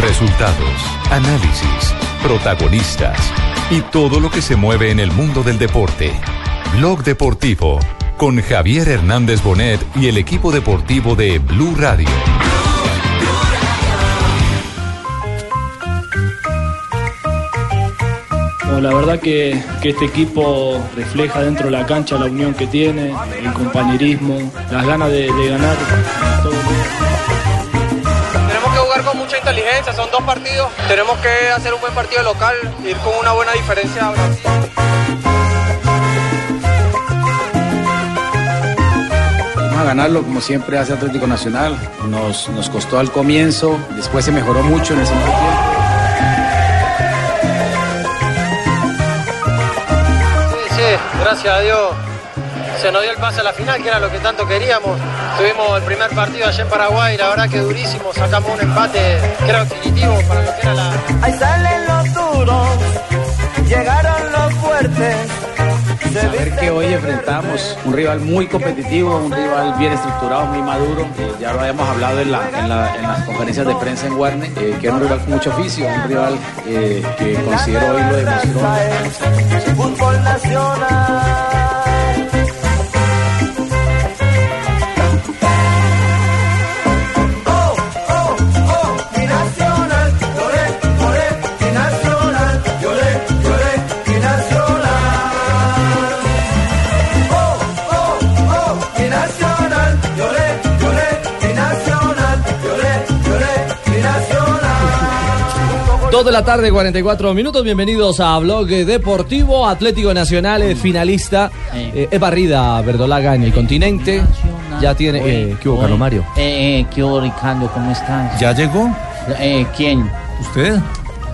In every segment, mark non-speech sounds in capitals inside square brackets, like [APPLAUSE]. Resultados, análisis, protagonistas y todo lo que se mueve en el mundo del deporte. Blog Deportivo con Javier Hernández Bonet y el equipo deportivo de Blue Radio. No, la verdad que, que este equipo refleja dentro de la cancha la unión que tiene, el compañerismo, las ganas de, de ganar. Tenemos que jugar con mucha inteligencia, son dos partidos. Tenemos que hacer un buen partido local, ir con una buena diferencia a Brasil. Vamos a ganarlo como siempre hace Atlético Nacional. Nos, nos costó al comienzo, después se mejoró mucho en el segundo tiempo. Sí, sí, gracias a Dios. Se nos dio el pase a la final, que era lo que tanto queríamos. Tuvimos el primer partido ayer en Paraguay, la verdad que durísimo. Sacamos un empate, creo, definitivo para lo que era la... Ahí salen los duros, llegaron los fuertes. Saber que hoy enfrentamos un rival muy competitivo, un rival bien estructurado, muy maduro. Eh, ya lo habíamos hablado en, la- en la- en las conferencias de prensa en Warner, eh, que era un rival con mucho oficio, un rival eh, que considero hoy lo demostró. Fútbol nacional. Oh, oh, oh, mi nacional. Lloré, lloré, mi nacional. Lloré, lloré, mi nacional. Oh, oh, oh, mi nacional. Lloré, lloré, mi nacional. Lloré, lloré, mi nacional. 2 de la tarde, 44 minutos. Bienvenidos a Blog Deportivo. Atlético Nacional es finalista. Eh, es barrida verdolaga en el continente. Ya tiene. eh, ¿Qué hubo, Carlos Mario? Eh, eh, ¿Qué hubo, Ricardo? ¿Cómo estás? ¿Ya llegó? Eh, ¿Quién? ¿Usted?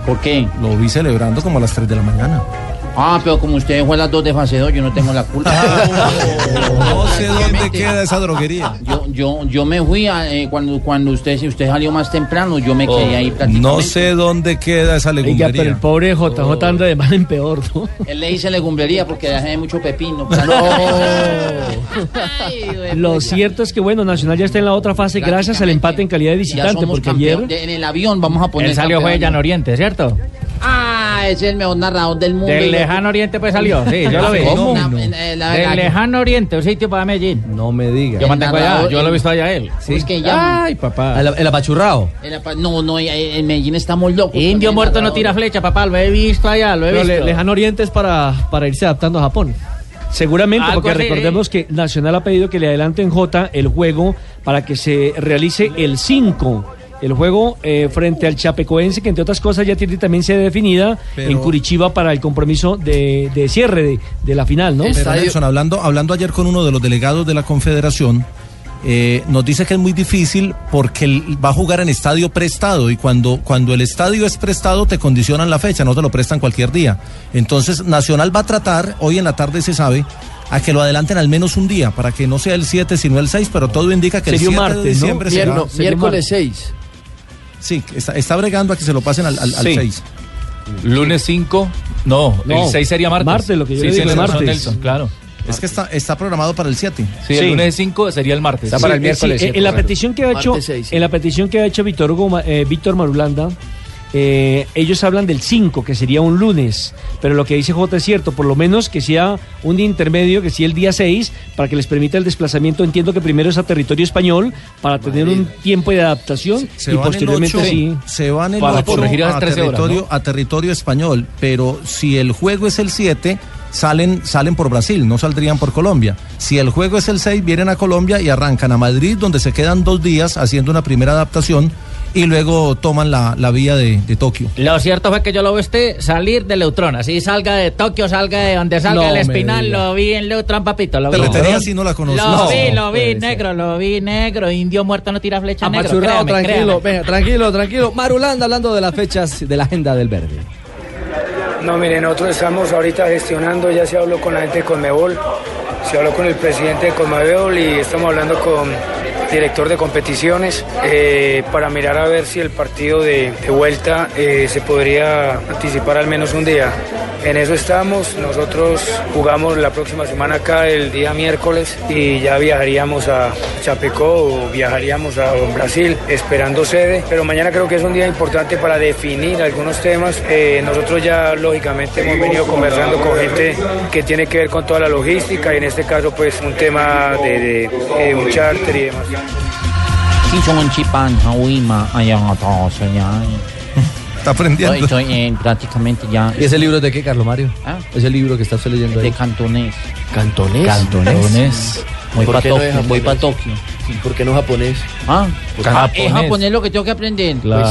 ¿Por qué? Lo vi celebrando como a las 3 de la mañana. Ah, pero como usted fue a las 2 de fase 2, yo no tengo la culpa. Ah, [LAUGHS] No sé dónde queda esa droguería. Yo, yo, yo me fui a, eh, cuando, cuando usted, si usted salió más temprano, yo me Oh. quedé ahí prácticamente. No sé dónde queda esa legumbrería. pero el pobre JJ Oh. anda de mal en peor, ¿no? Él le dice legumbrería porque dejé mucho [LAUGHS] pepino. Lo cierto es que, bueno, Nacional ya está en la otra fase gracias al empate en calidad de visitante, somos porque campeón. ayer... De- en el avión vamos a poner. Él salió fue de Llano Oriente, ¿cierto? Ah, ese es el mejor narrador del mundo. Del Y lo- lejano oriente pues salió, sí, yo lo vi. Ah, ¿Cómo? No, Una- eh, la verdad Del que- lejano oriente, un sitio para Medellín. No me diga. Yo mantengo allá, narrador, yo lo he el- visto allá a él. eh, es que llama? Ay, papá. El, el apachurrado. El apa- no, no, eh, en Medellín estamos locos. Indio También muerto no narrador. tira flecha, papá, lo he visto allá, lo he Pero visto. le- Lejano Oriente es para, para irse adaptando a Japón. Seguramente, Algo porque así, ¿eh? recordemos que Nacional ha pedido que le adelanten J el juego para que se realice el 5. El juego eh, frente al Chapecoense, que entre otras cosas ya tiene también sede definida Pero- en Curitiba para el compromiso de, de cierre de, de la final, ¿no? Pero Nelson, hablando, hablando ayer con uno de los delegados de la Confederación, eh, nos dice que es muy difícil porque el- va a jugar en estadio prestado y cuando, cuando el estadio es prestado te condicionan la fecha, no te lo prestan cualquier día. Entonces Nacional va a tratar, hoy en la tarde se sabe, a que lo adelanten al menos un día, para que no sea el 7 sino el 6, pero todo indica que Sería el un 7 de martes, ¿no? diciembre Mier- será- no, será un miércoles martes. 6. Sí, está, está bregando a que se lo pasen al, al, al Sí. 6. Lunes 5, no, No, el 6 sería martes. martes, lo que yo le digo, tienes es razón, martes. Nelson, claro. Es que está, está programado para el 7. Sí, el lunes 5 sería el martes. Sí, eh, sí, eh, en la petición que ha hecho, en la petición que ha hecho Víctor Hugo Ma- eh, Víctor Marulanda, eh, ellos hablan del 5, que sería un lunes, pero lo que dice J es cierto, por lo menos que sea un día intermedio, que sea el día 6, para que les permita el desplazamiento. Entiendo que primero es a territorio español, para tener un tiempo de adaptación se y van el posteriormente ocho, sí. se van el para ocho corregir a las a 13 horas, territorio a territorio español, pero si el juego es el 7 salen salen por Brasil, no saldrían por Colombia. Si el juego es el 6 vienen a Colombia y arrancan a Madrid donde se quedan dos días haciendo una primera adaptación y luego toman la, la vía de, de Tokio. Lo cierto fue que yo lo vi este salir de Leutrón. Así salga de Tokio, salga de donde salga No el me espinal. diga. Lo vi en Leutrón, papito. Lo vi. Ferretería sí no la Lo conozco. vi, lo vi, negro, lo vi, negro. Indio muerto no tira flecha, negro. Apachurrado, créame, tranquilo, créame. venga, tranquilo, tranquilo. Marulanda hablando de las fechas de la agenda del verde. No, miren, nosotros estamos ahorita gestionando, ya se habló con la gente de Conmebol, se habló con el presidente de Conmebol y estamos hablando con el director de competiciones eh, para mirar a ver si el partido de, de vuelta eh, se podría anticipar al menos un día. En eso estamos, nosotros jugamos la próxima semana acá el día miércoles y ya viajaríamos a Chapecó o viajaríamos a Brasil esperando sede, pero mañana creo que es un día importante para definir algunos temas. Eh, nosotros ya lógicamente hemos venido conversando con gente que tiene que ver con toda la logística y en este caso pues un tema de, de, eh, un charter y demás. Sí, son chipán, Hawima, Ayamato, Soñay. Está aprendiendo. Estoy, estoy, eh, prácticamente ya. Ah, ¿Y ese libro es de qué, Carlos Mario? Ese libro que está usted leyendo ahí. Ah. De cantonés. ¿Cantonés? Cantonés. Muy ¿Por qué no es patofio, muy japonés? ¿Por qué no japonés? Ah, Ah, es japonés. japonés lo que tengo que aprender. Claro.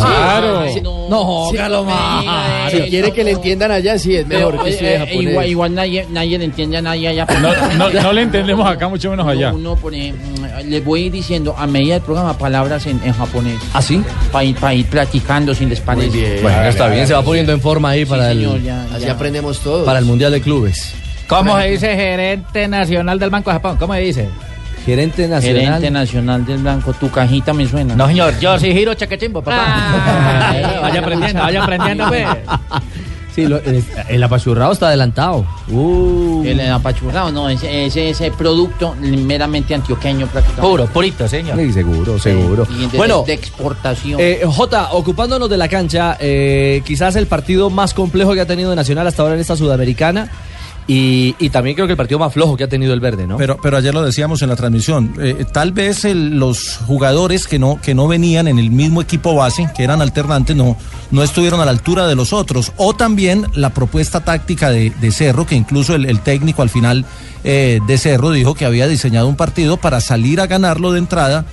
Pues sí. Claro. No, Sí. Carlos Mario. Si quiere que le entiendan allá, sí, es mejor Pero, que eh, estudie eh, japonés. Igual, igual nadie, nadie le entiende a nadie allá. No, no- no le entendemos acá, mucho menos allá. Uno pone, mm, les voy a ir diciendo a medida del programa palabras en, en japonés. ¿Ah, sí? Para ir, pa' ir platicando, si les parece. Bueno, está bien, se va poniendo en forma ahí para señor, el ya, Así aprendemos todos. para el Mundial de Clubes. ¿Cómo se dice gerente nacional del Banco de Japón? ¿Cómo se dice? Gerente nacional. Gerente nacional del blanco, tu cajita me suena. No, señor, yo sí giro chaquechimbo, papá. Ah. [LAUGHS] vaya aprendiendo, vaya aprendiendo, pues. Sí, lo- el, el apachurrado está adelantado. Uh. El apachurrado, no, ese, ese, ese producto meramente antioqueño prácticamente. Puro, purito, señor. Sí, seguro, seguro. Y de, Bueno, de exportación. Eh, J, ocupándonos de la cancha, eh, quizás el partido más complejo que ha tenido Nacional hasta ahora en esta Sudamericana y, y también creo que el partido más flojo que ha tenido el Verde, ¿no? Pero, pero ayer lo decíamos en la transmisión, eh, tal vez el- los jugadores que no, que no venían en el mismo equipo base, que eran alternantes, no, no estuvieron a la altura de los otros. O también la propuesta táctica de, de Cerro, que incluso el, el técnico al final eh, de Cerro dijo que había diseñado un partido para salir a ganarlo de entrada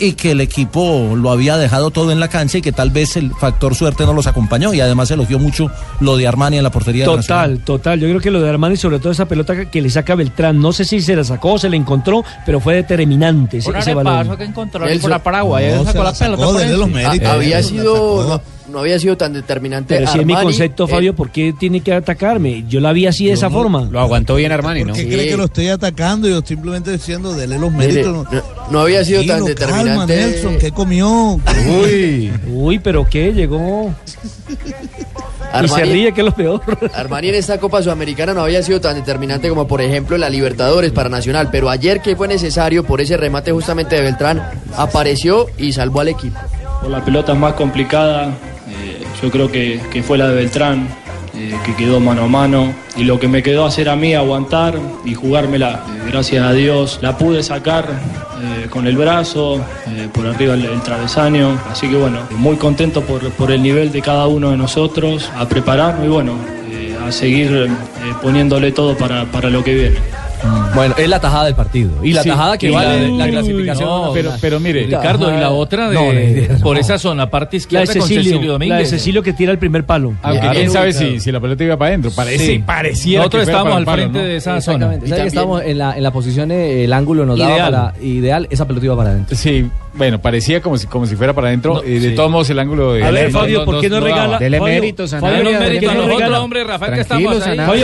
y que el equipo lo había dejado todo en la cancha y que tal vez el factor suerte no los acompañó y además elogió mucho lo de Armani en la portería de Total, Nacional. total. Yo creo que lo de Armani, sobre todo esa pelota que- que le saca Beltrán, no sé si se la sacó o se la encontró, pero fue determinante ese, Por ese ese balón. que encontró Él por la se- Paraguay. él no, sacó se la la sacó, pelota por denle él. los méritos. Ah, Había había sido, no había sido tan determinante. Pero si es mi Armani, concepto, eh, Fabio, ¿por qué tiene que atacarme? Yo la vi así de esa forma. Lo aguantó bien Armani, ¿Por qué cree que lo estoy atacando? Yo simplemente diciendo, dele los méritos. Mire, no- Eh, no había sido tan Tranquilo, calma, determinante. Nelson, ¿qué comió? Uy, uy, pero qué, llegó. Y se Armani- ríe, que es lo peor. Armani en esta Copa Sudamericana no había sido tan determinante como por ejemplo la Libertadores para Nacional, pero ayer que fue necesario por ese remate justamente de Beltrán, apareció y salvó al equipo. Por la pelota más complicada, eh, yo creo que, que fue la de Beltrán, eh, que quedó mano a mano. Y lo que me quedó hacer a mí, aguantar y jugármela. Eh, gracias a Dios, la pude sacar eh, con el brazo, eh, por arriba el, el travesaño. Así que bueno, muy contento por, por el nivel de cada uno de nosotros, a prepararnos y bueno, eh, a seguir eh, poniéndole todo para, para lo que viene. Bueno, es la tajada del partido y la Sí, tajada que y vale de- la, uy, clasificación. no, pero, pero mire, Tajada. Ricardo, y la otra de, No, de- por esa zona, parte La de izquierda con Cecilio Cecilio, Domínguez. la de Cecilio que tira el primer palo. Aunque quién sabe si, si la pelota iba para adentro. Parece, Sí. pareciera Nosotros que fuera estábamos para al el palo, frente ¿no? de esa Exactamente. Y ¿Sabe también- que estábamos en la, en la posición, eh, el ángulo nos daba Ideal. para ideal, esa pelota iba para adentro. Sí, bueno, parecía como si, como si fuera para adentro. y de sí. todos modos, el ángulo de. A ver, Fabio, ¿por qué no regala? Del Fabio, Fabio, ¿por qué no regala- Fabio,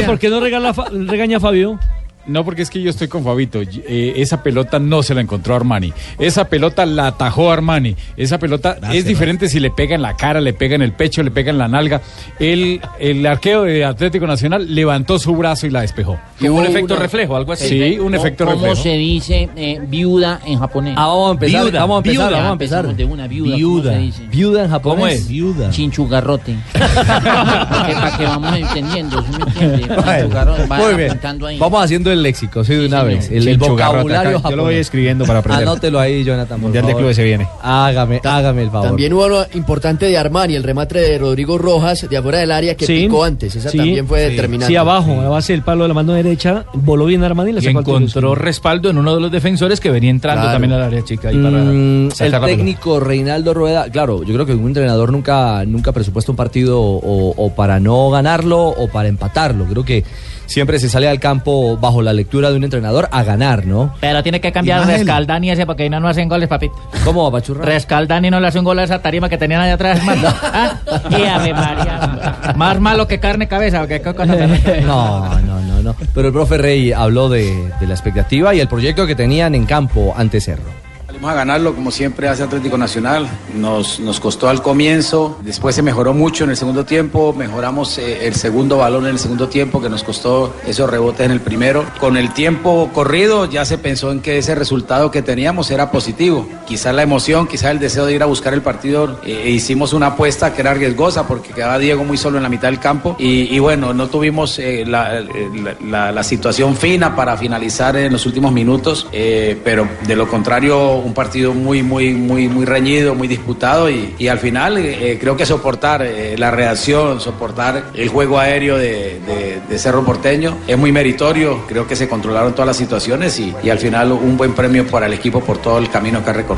¿por qué no regala, fa- regaña a Fabio? No, porque es que yo estoy con Fabito. Y- eh, esa pelota no se la encontró Armani. Esa pelota la atajó Armani. Esa pelota es diferente si le pega en la cara, le pega en el pecho, le pega en la nalga. El, el arqueo de Atlético Nacional levantó su brazo y la despejó. Y hubo un efecto reflejo, algo así. Sí, un ¿Cómo- efecto cómo reflejo. ¿Cómo se dice eh, viuda en japonés? Ah, vamos a empezar, Viuda, vamos a empezar, viuda. vamos a Ah, empezar. empezamos de una viuda. Viuda. ¿Cómo se dice? Viuda en japonés. ¿Cómo es? Viuda. Chinchugarrote. para, que, pa' que vamos entendiendo, ¿sí me entiende? Chinchugarrote, Bueno, vaya muy bien. apuntando ahí. Vamos haciendo el léxico, sí, de una vez. El, Sí, el el chogarro vocabulario ataca. japonés. Yo lo voy escribiendo para aprender. Anótelo ahí, Jonathan. por Mundial de favor. Clubes se viene. Hágame, hágame el favor. También hubo lo importante de Armani, el remate de Rodrigo Rojas de afuera del área que Sí. picó antes. Esa Sí. también fue determinante. Sí, abajo, a base del palo de la mano derecha, voló bien Armani y la Y sacó al Toulouse. encontró respaldo en uno de los defensores que venía entrando Claro. también al área chica. ahí para Mm, sacar la el pelota. técnico Reinaldo Rueda, claro, yo creo que un entrenador nunca, nunca presupuesta un partido o, o para no ganarlo o para empatarlo. Creo que siempre se sale al campo bajo la lectura de un entrenador a ganar, ¿no? Pero tiene que cambiar Imagen. Rescaldani ese porque ahí no, no hacen goles, papito. ¿Cómo, Apachurra? Rescaldani no le hace un gol a esa tarima que tenían allá atrás, [LAUGHS] hermano. ¿Ah? Y Ave María. Más malo que carne cabeza, ¿o qué cosa me- [LAUGHS] No, no, no, no. Pero el profe Rey habló de, de la expectativa y el proyecto que tenían en campo ante Cerro. Salimos a ganarlo como siempre hace Atlético Nacional. Nos, nos costó al comienzo, después se mejoró mucho en el segundo tiempo, mejoramos eh, el segundo balón en el segundo tiempo que nos costó esos rebotes en el primero. Con el tiempo corrido ya se pensó en que ese resultado que teníamos era positivo. Quizás la emoción, quizás el deseo de ir a buscar el partido. eh, hicimos una apuesta que era arriesgosa porque quedaba Diego muy solo en la mitad del campo y, y bueno, no tuvimos eh, la, eh, la- la- la situación fina para finalizar en los últimos minutos, eh, pero de lo contrario un partido muy, muy, muy, muy reñido, muy disputado y, y al final eh, creo que soportar eh, la reacción, soportar el juego aéreo de, de- de Cerro Porteño es muy meritorio, creo que se controlaron todas las situaciones y, y al final un buen premio para el equipo por todo el camino que ha recorrido.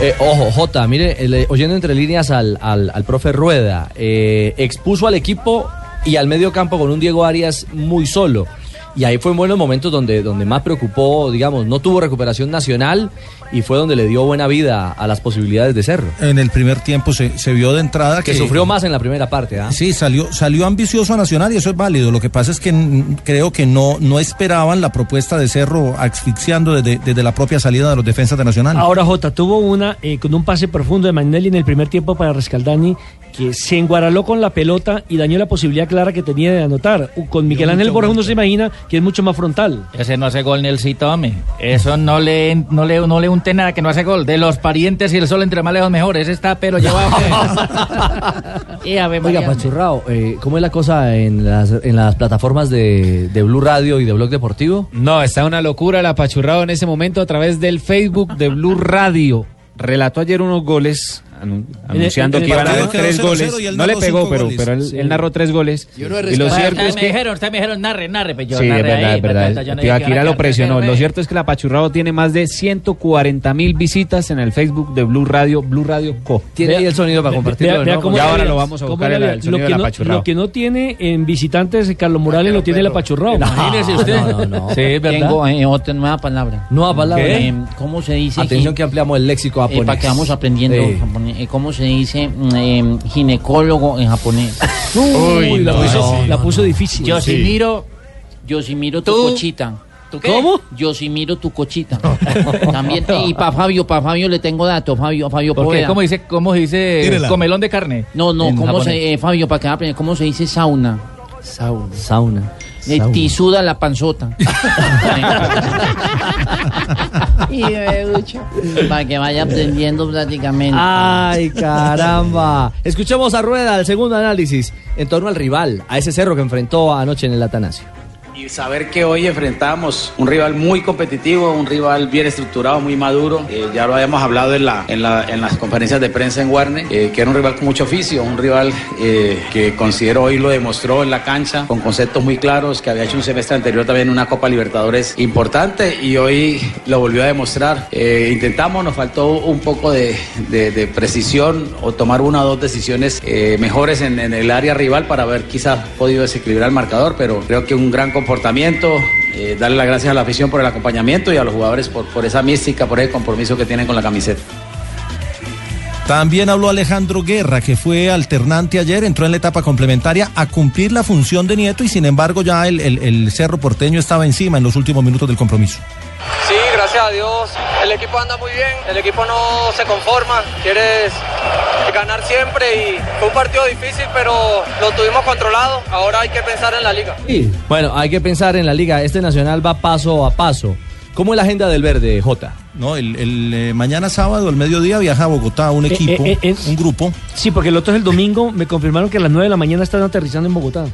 Eh, ojo, Jota, mire, el- eh, oyendo entre líneas al, al- al profe Rueda, eh, expuso al equipo y al medio campo con un Diego Arias muy solo. Y ahí fue en buenos momentos donde, donde más preocupó, digamos, no tuvo recuperación nacional y fue donde le dio buena vida a las posibilidades de Cerro. En el primer tiempo se, se vio de entrada Que sufrió más en la primera parte, ¿ah? Sí, salió, salió ambicioso a Nacional y eso es válido. Lo que pasa es que mm, creo que no, no esperaban la propuesta de Cerro asfixiando desde, desde la propia salida de los defensas de Nacional. Ahora Jota tuvo una eh, con un pase profundo de Magnelli en el primer tiempo para Rescaldani que se enguaraló con la pelota y dañó la posibilidad clara que tenía de anotar. U- Con Miguel Ángel Borja uno se imagina que es mucho más frontal. Ese no hace gol ni el Citome. Eso no le, no, le, no le unte nada que no hace gol. De los parientes y el sol entre más lejos mejor. Ese está pero llevado. [LAUGHS] y Ave Oiga, María. Pachurrao, eh, ¿cómo es la cosa en las, en las plataformas de, de Blue Radio y de Blog Deportivo? No, está una locura el apachurrado en ese momento a través del Facebook de Blue Radio. Relató ayer unos goles anu- el- anunciando en el que iban a partido haber quedó tres 0-0 goles. y él No le narró pegó, cinco pero, goles. pero él, Sí. él narró tres goles. Y, lo Ustedes cierto es me que dijeron, ustedes me dijeron, narre, narre. Pues yo sí, es narré verdad, ahí, es verdad. pues, yo no Tío dije que Akira ahora lo que presionó. narre, Lo ve. cierto es que el apachurrado tiene más de 140 mil visitas en el Facebook de Blue Radio, Blue Radio Co. Tiene ahí el sonido para compartirlo. Vea ¿no? cómo Ya la ahora vida- lo vamos a cómo buscar la el- vida- el sonido lo del que, no, apachurrao. lo que no tiene en visitantes Carlos Morales lo tiene el apachurrado. Imagínese usted. Sí, es verdad. Tengo eh, otra nueva palabra. Nueva palabra. Eh, ¿Cómo se dice? Atención gi- que ampliamos el léxico eh, japonés. para que vamos aprendiendo Sí. japonés. Eh, ¿Cómo se dice mm, eh, ginecólogo en japonés? Uy, la puso, la puso difícil. Yosimiro, Yosimiro tu cochita. ¿Cómo? Yosimiro tu cochita. [LAUGHS] También, eh, y para Fabio, para Fabio le tengo datos, Fabio, Fabio ¿Por qué? Poveda. ¿Cómo dice, cómo dice Tírela. comelón de carne? No, no, En ¿cómo japonés. se, eh, Fabio, para que aprenda, ¿cómo se dice sauna? Sauna. Sauna. Le Sauna. tisuda la panzota. Y beucho. para que vaya aprendiendo prácticamente. Ay, caramba. Escuchemos a Rueda el segundo análisis en torno al rival, a ese cerro que enfrentó anoche en el Atanasio. Y saber que hoy enfrentamos un rival muy competitivo, un rival bien estructurado, muy maduro. Eh, ya lo habíamos hablado en, la, en, la- en las conferencias de prensa en Warner, eh, que era un rival con mucho oficio, un rival eh, que considero hoy lo demostró en la cancha, con conceptos muy claros, que había hecho un semestre anterior también una Copa Libertadores importante y hoy lo volvió a demostrar. Eh, intentamos, nos faltó un poco de, de- de precisión o tomar una o dos decisiones eh, mejores en, en el área rival para haber quizás podido desequilibrar el marcador, pero creo que un gran comportamiento, eh, darle las gracias a la afición por el acompañamiento y a los jugadores por, por esa mística, por ese compromiso que tienen con la camiseta. También habló Alejandro Guerra, que fue alternante ayer, entró en la etapa complementaria a cumplir la función de Nieto y sin embargo ya el, el- el Cerro Porteño estaba encima en los últimos minutos del compromiso. Sí, gracias a Dios. El equipo anda muy bien, el equipo no se conforma, quieres ganar siempre y fue un partido difícil, pero lo tuvimos controlado. Ahora hay que pensar en la liga. Bueno, hay que pensar en la liga. Este Nacional va paso a paso. ¿Cómo es la agenda del verde, Jota? No, el, el, eh, mañana sábado al mediodía viaja a Bogotá un Eh, equipo, eh, eh, un grupo. Sí, porque el otro es el domingo. Me confirmaron que a las 9 de la mañana están aterrizando en Bogotá.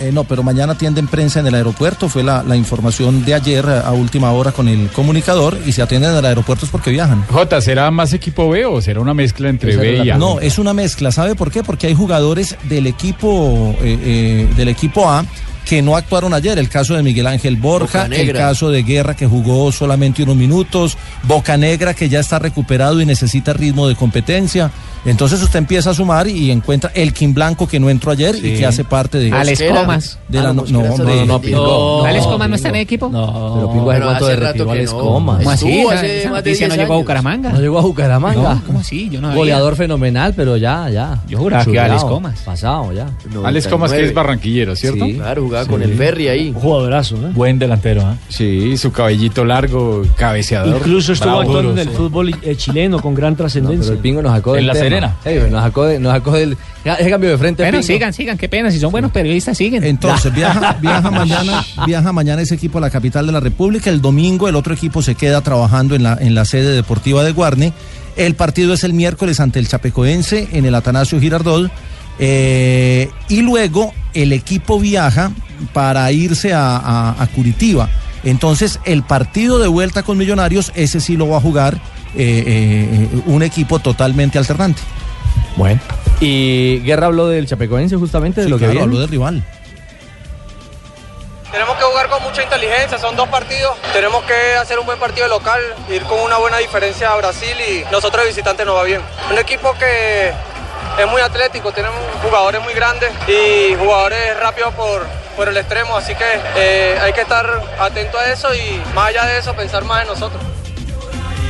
Eh, no, pero mañana atienden prensa en el aeropuerto. Fue la, la información de ayer a, a última hora con el comunicador. Y si atienden en el aeropuerto es porque viajan. J, ¿será más equipo B o será una mezcla entre Esa era B y la- A? No, es una mezcla. ¿Sabe por qué? Porque hay jugadores del equipo eh, eh, del equipo A que no actuaron ayer. El caso de Miguel Ángel Borja, el Negra. caso de Guerra que jugó solamente unos minutos, Boca Negra que ya está recuperado y necesita ritmo de competencia. Entonces usted empieza a sumar y encuentra Elkin Blanco que no entró ayer y que hace parte de Alex Mosquera, Comas. de la- Ah, no, no, Mosquera hombre. solo defendió. No, ¿Alex no, Comas no Pingo. está en el equipo? No, Pero Pingo, ¿hace Pero cuánto hace derretió rato a que Alex no. Comas? ¿Cómo así? Estuvo Esa- hace esa más de noticia no 10 llegó a años. Bucaramanga. No llegó a Bucaramanga. No, ¿cómo así? Yo no sabía. Goleador fenomenal, pero ya, ya. Yo juraba que Alex Comas. Pasado, ya. Alex Comas, que es barranquillero, ¿cierto? Sí. Claro, jugaba con el Ferry ahí. Jugadorazo, ¿eh? Buen delantero, ¿ah? Sí, su cabellito largo, cabeceador. Incluso estuvo Bravo. actuando en Duro, el sí. fútbol eh, chileno con gran trascendencia. Pero el pingo nos sacó En del La tema. Serena. Sí, nos sacó, de- nos sacó del. ya, Ese cambio de frente. Bueno, Pingo. sigan, sigan, qué pena. Si son buenos periodistas, siguen. Entonces, viaja, viaja mañana, viaja mañana ese equipo a la capital de la República. El domingo el otro equipo se queda trabajando en la, en la sede deportiva de Guarne. El partido es el miércoles ante el Chapecoense en el Atanasio Girardot. Eh, y luego el equipo viaja para irse a, a- a Curitiba. Entonces, el partido de vuelta con Millonarios, ese sí lo va a jugar eh, eh, eh, un equipo totalmente alternante. Bueno. Y Guerra habló del Chapecoense justamente, de Sí, lo que claro, viene. habló del rival. Tenemos que jugar con mucha inteligencia, son dos partidos. Tenemos que hacer un buen partido local, ir con una buena diferencia a Brasil y nosotros de visitantes nos va bien. Un equipo que es muy atlético, tenemos jugadores muy grandes y jugadores rápidos por, por el extremo, así que eh, hay que estar atento a eso y más allá de eso pensar más en nosotros.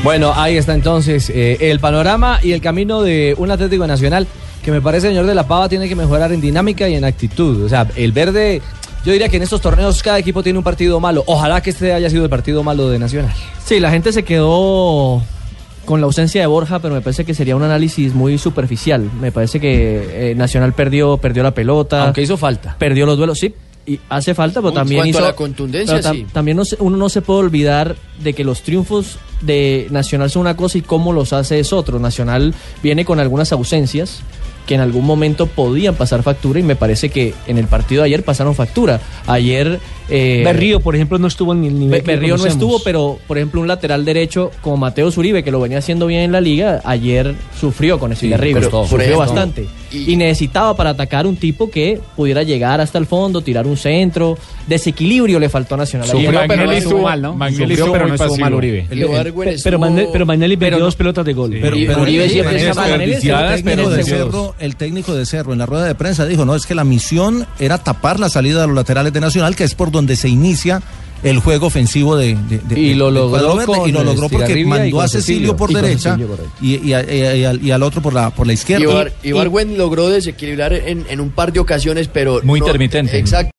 Bueno, ahí está entonces eh, el panorama y el camino de un Atlético Nacional que me parece, señor de la Pava, tiene que mejorar en dinámica y en actitud. O sea, el verde, yo diría que en estos torneos cada equipo tiene un partido malo. Ojalá que este haya sido el partido malo de Nacional. Sí, la gente se quedó con la ausencia de Borja, pero me parece que sería un análisis muy superficial. Me parece que eh, Nacional perdió, perdió la pelota. Aunque hizo falta. Perdió los duelos, sí. Y hace falta, pero En también cuanto hizo. a la contundencia, pero tam- sí. También no se- uno no se puede olvidar de que los triunfos de Nacional son una cosa y cómo los hace es otro. Nacional viene con algunas ausencias que en algún momento podían pasar factura y me parece que en el partido de ayer pasaron factura. Ayer. eh, Berrío, por ejemplo, no estuvo en el nivel. Be- que Berrío no conocemos. estuvo, pero por ejemplo un lateral derecho como Mateo Zuribe, que lo venía haciendo bien en la liga, ayer sufrió con Sí, Estrella River, costó. sufrió Por ejemplo. bastante. Y, necesitaba para atacar un tipo que pudiera llegar hasta el fondo, tirar un centro, desequilibrio le faltó a Nacional. Sufrió, Ayer. pero no Magnelli estuvo estuvo- mal, ¿no? Magnelli Sufrió, estuvo pero muy no estuvo pasivo. mal Uribe. El- el- pe- pero, Magne- pero Magnelli perdió dos pelotas de gol. Pero, pero el- el- el- el- el- el, técnico de seguros. Cerro, el técnico de Cerro en la rueda de prensa dijo, no, es que la misión era tapar la salida de los laterales de Nacional, que es por donde se inicia el juego ofensivo de, de- de- Y lo del logró cuadro verde, con y lo logró porque Estigarribia y mandó con a Cecilio Cecilio. por Y con derecha Cecilio, correcto. y, y a- y a- y al, y al otro por la por la izquierda. Y Ibargüen logró desequilibrar en, en un par de ocasiones, pero. Muy no- intermitente. Exacto.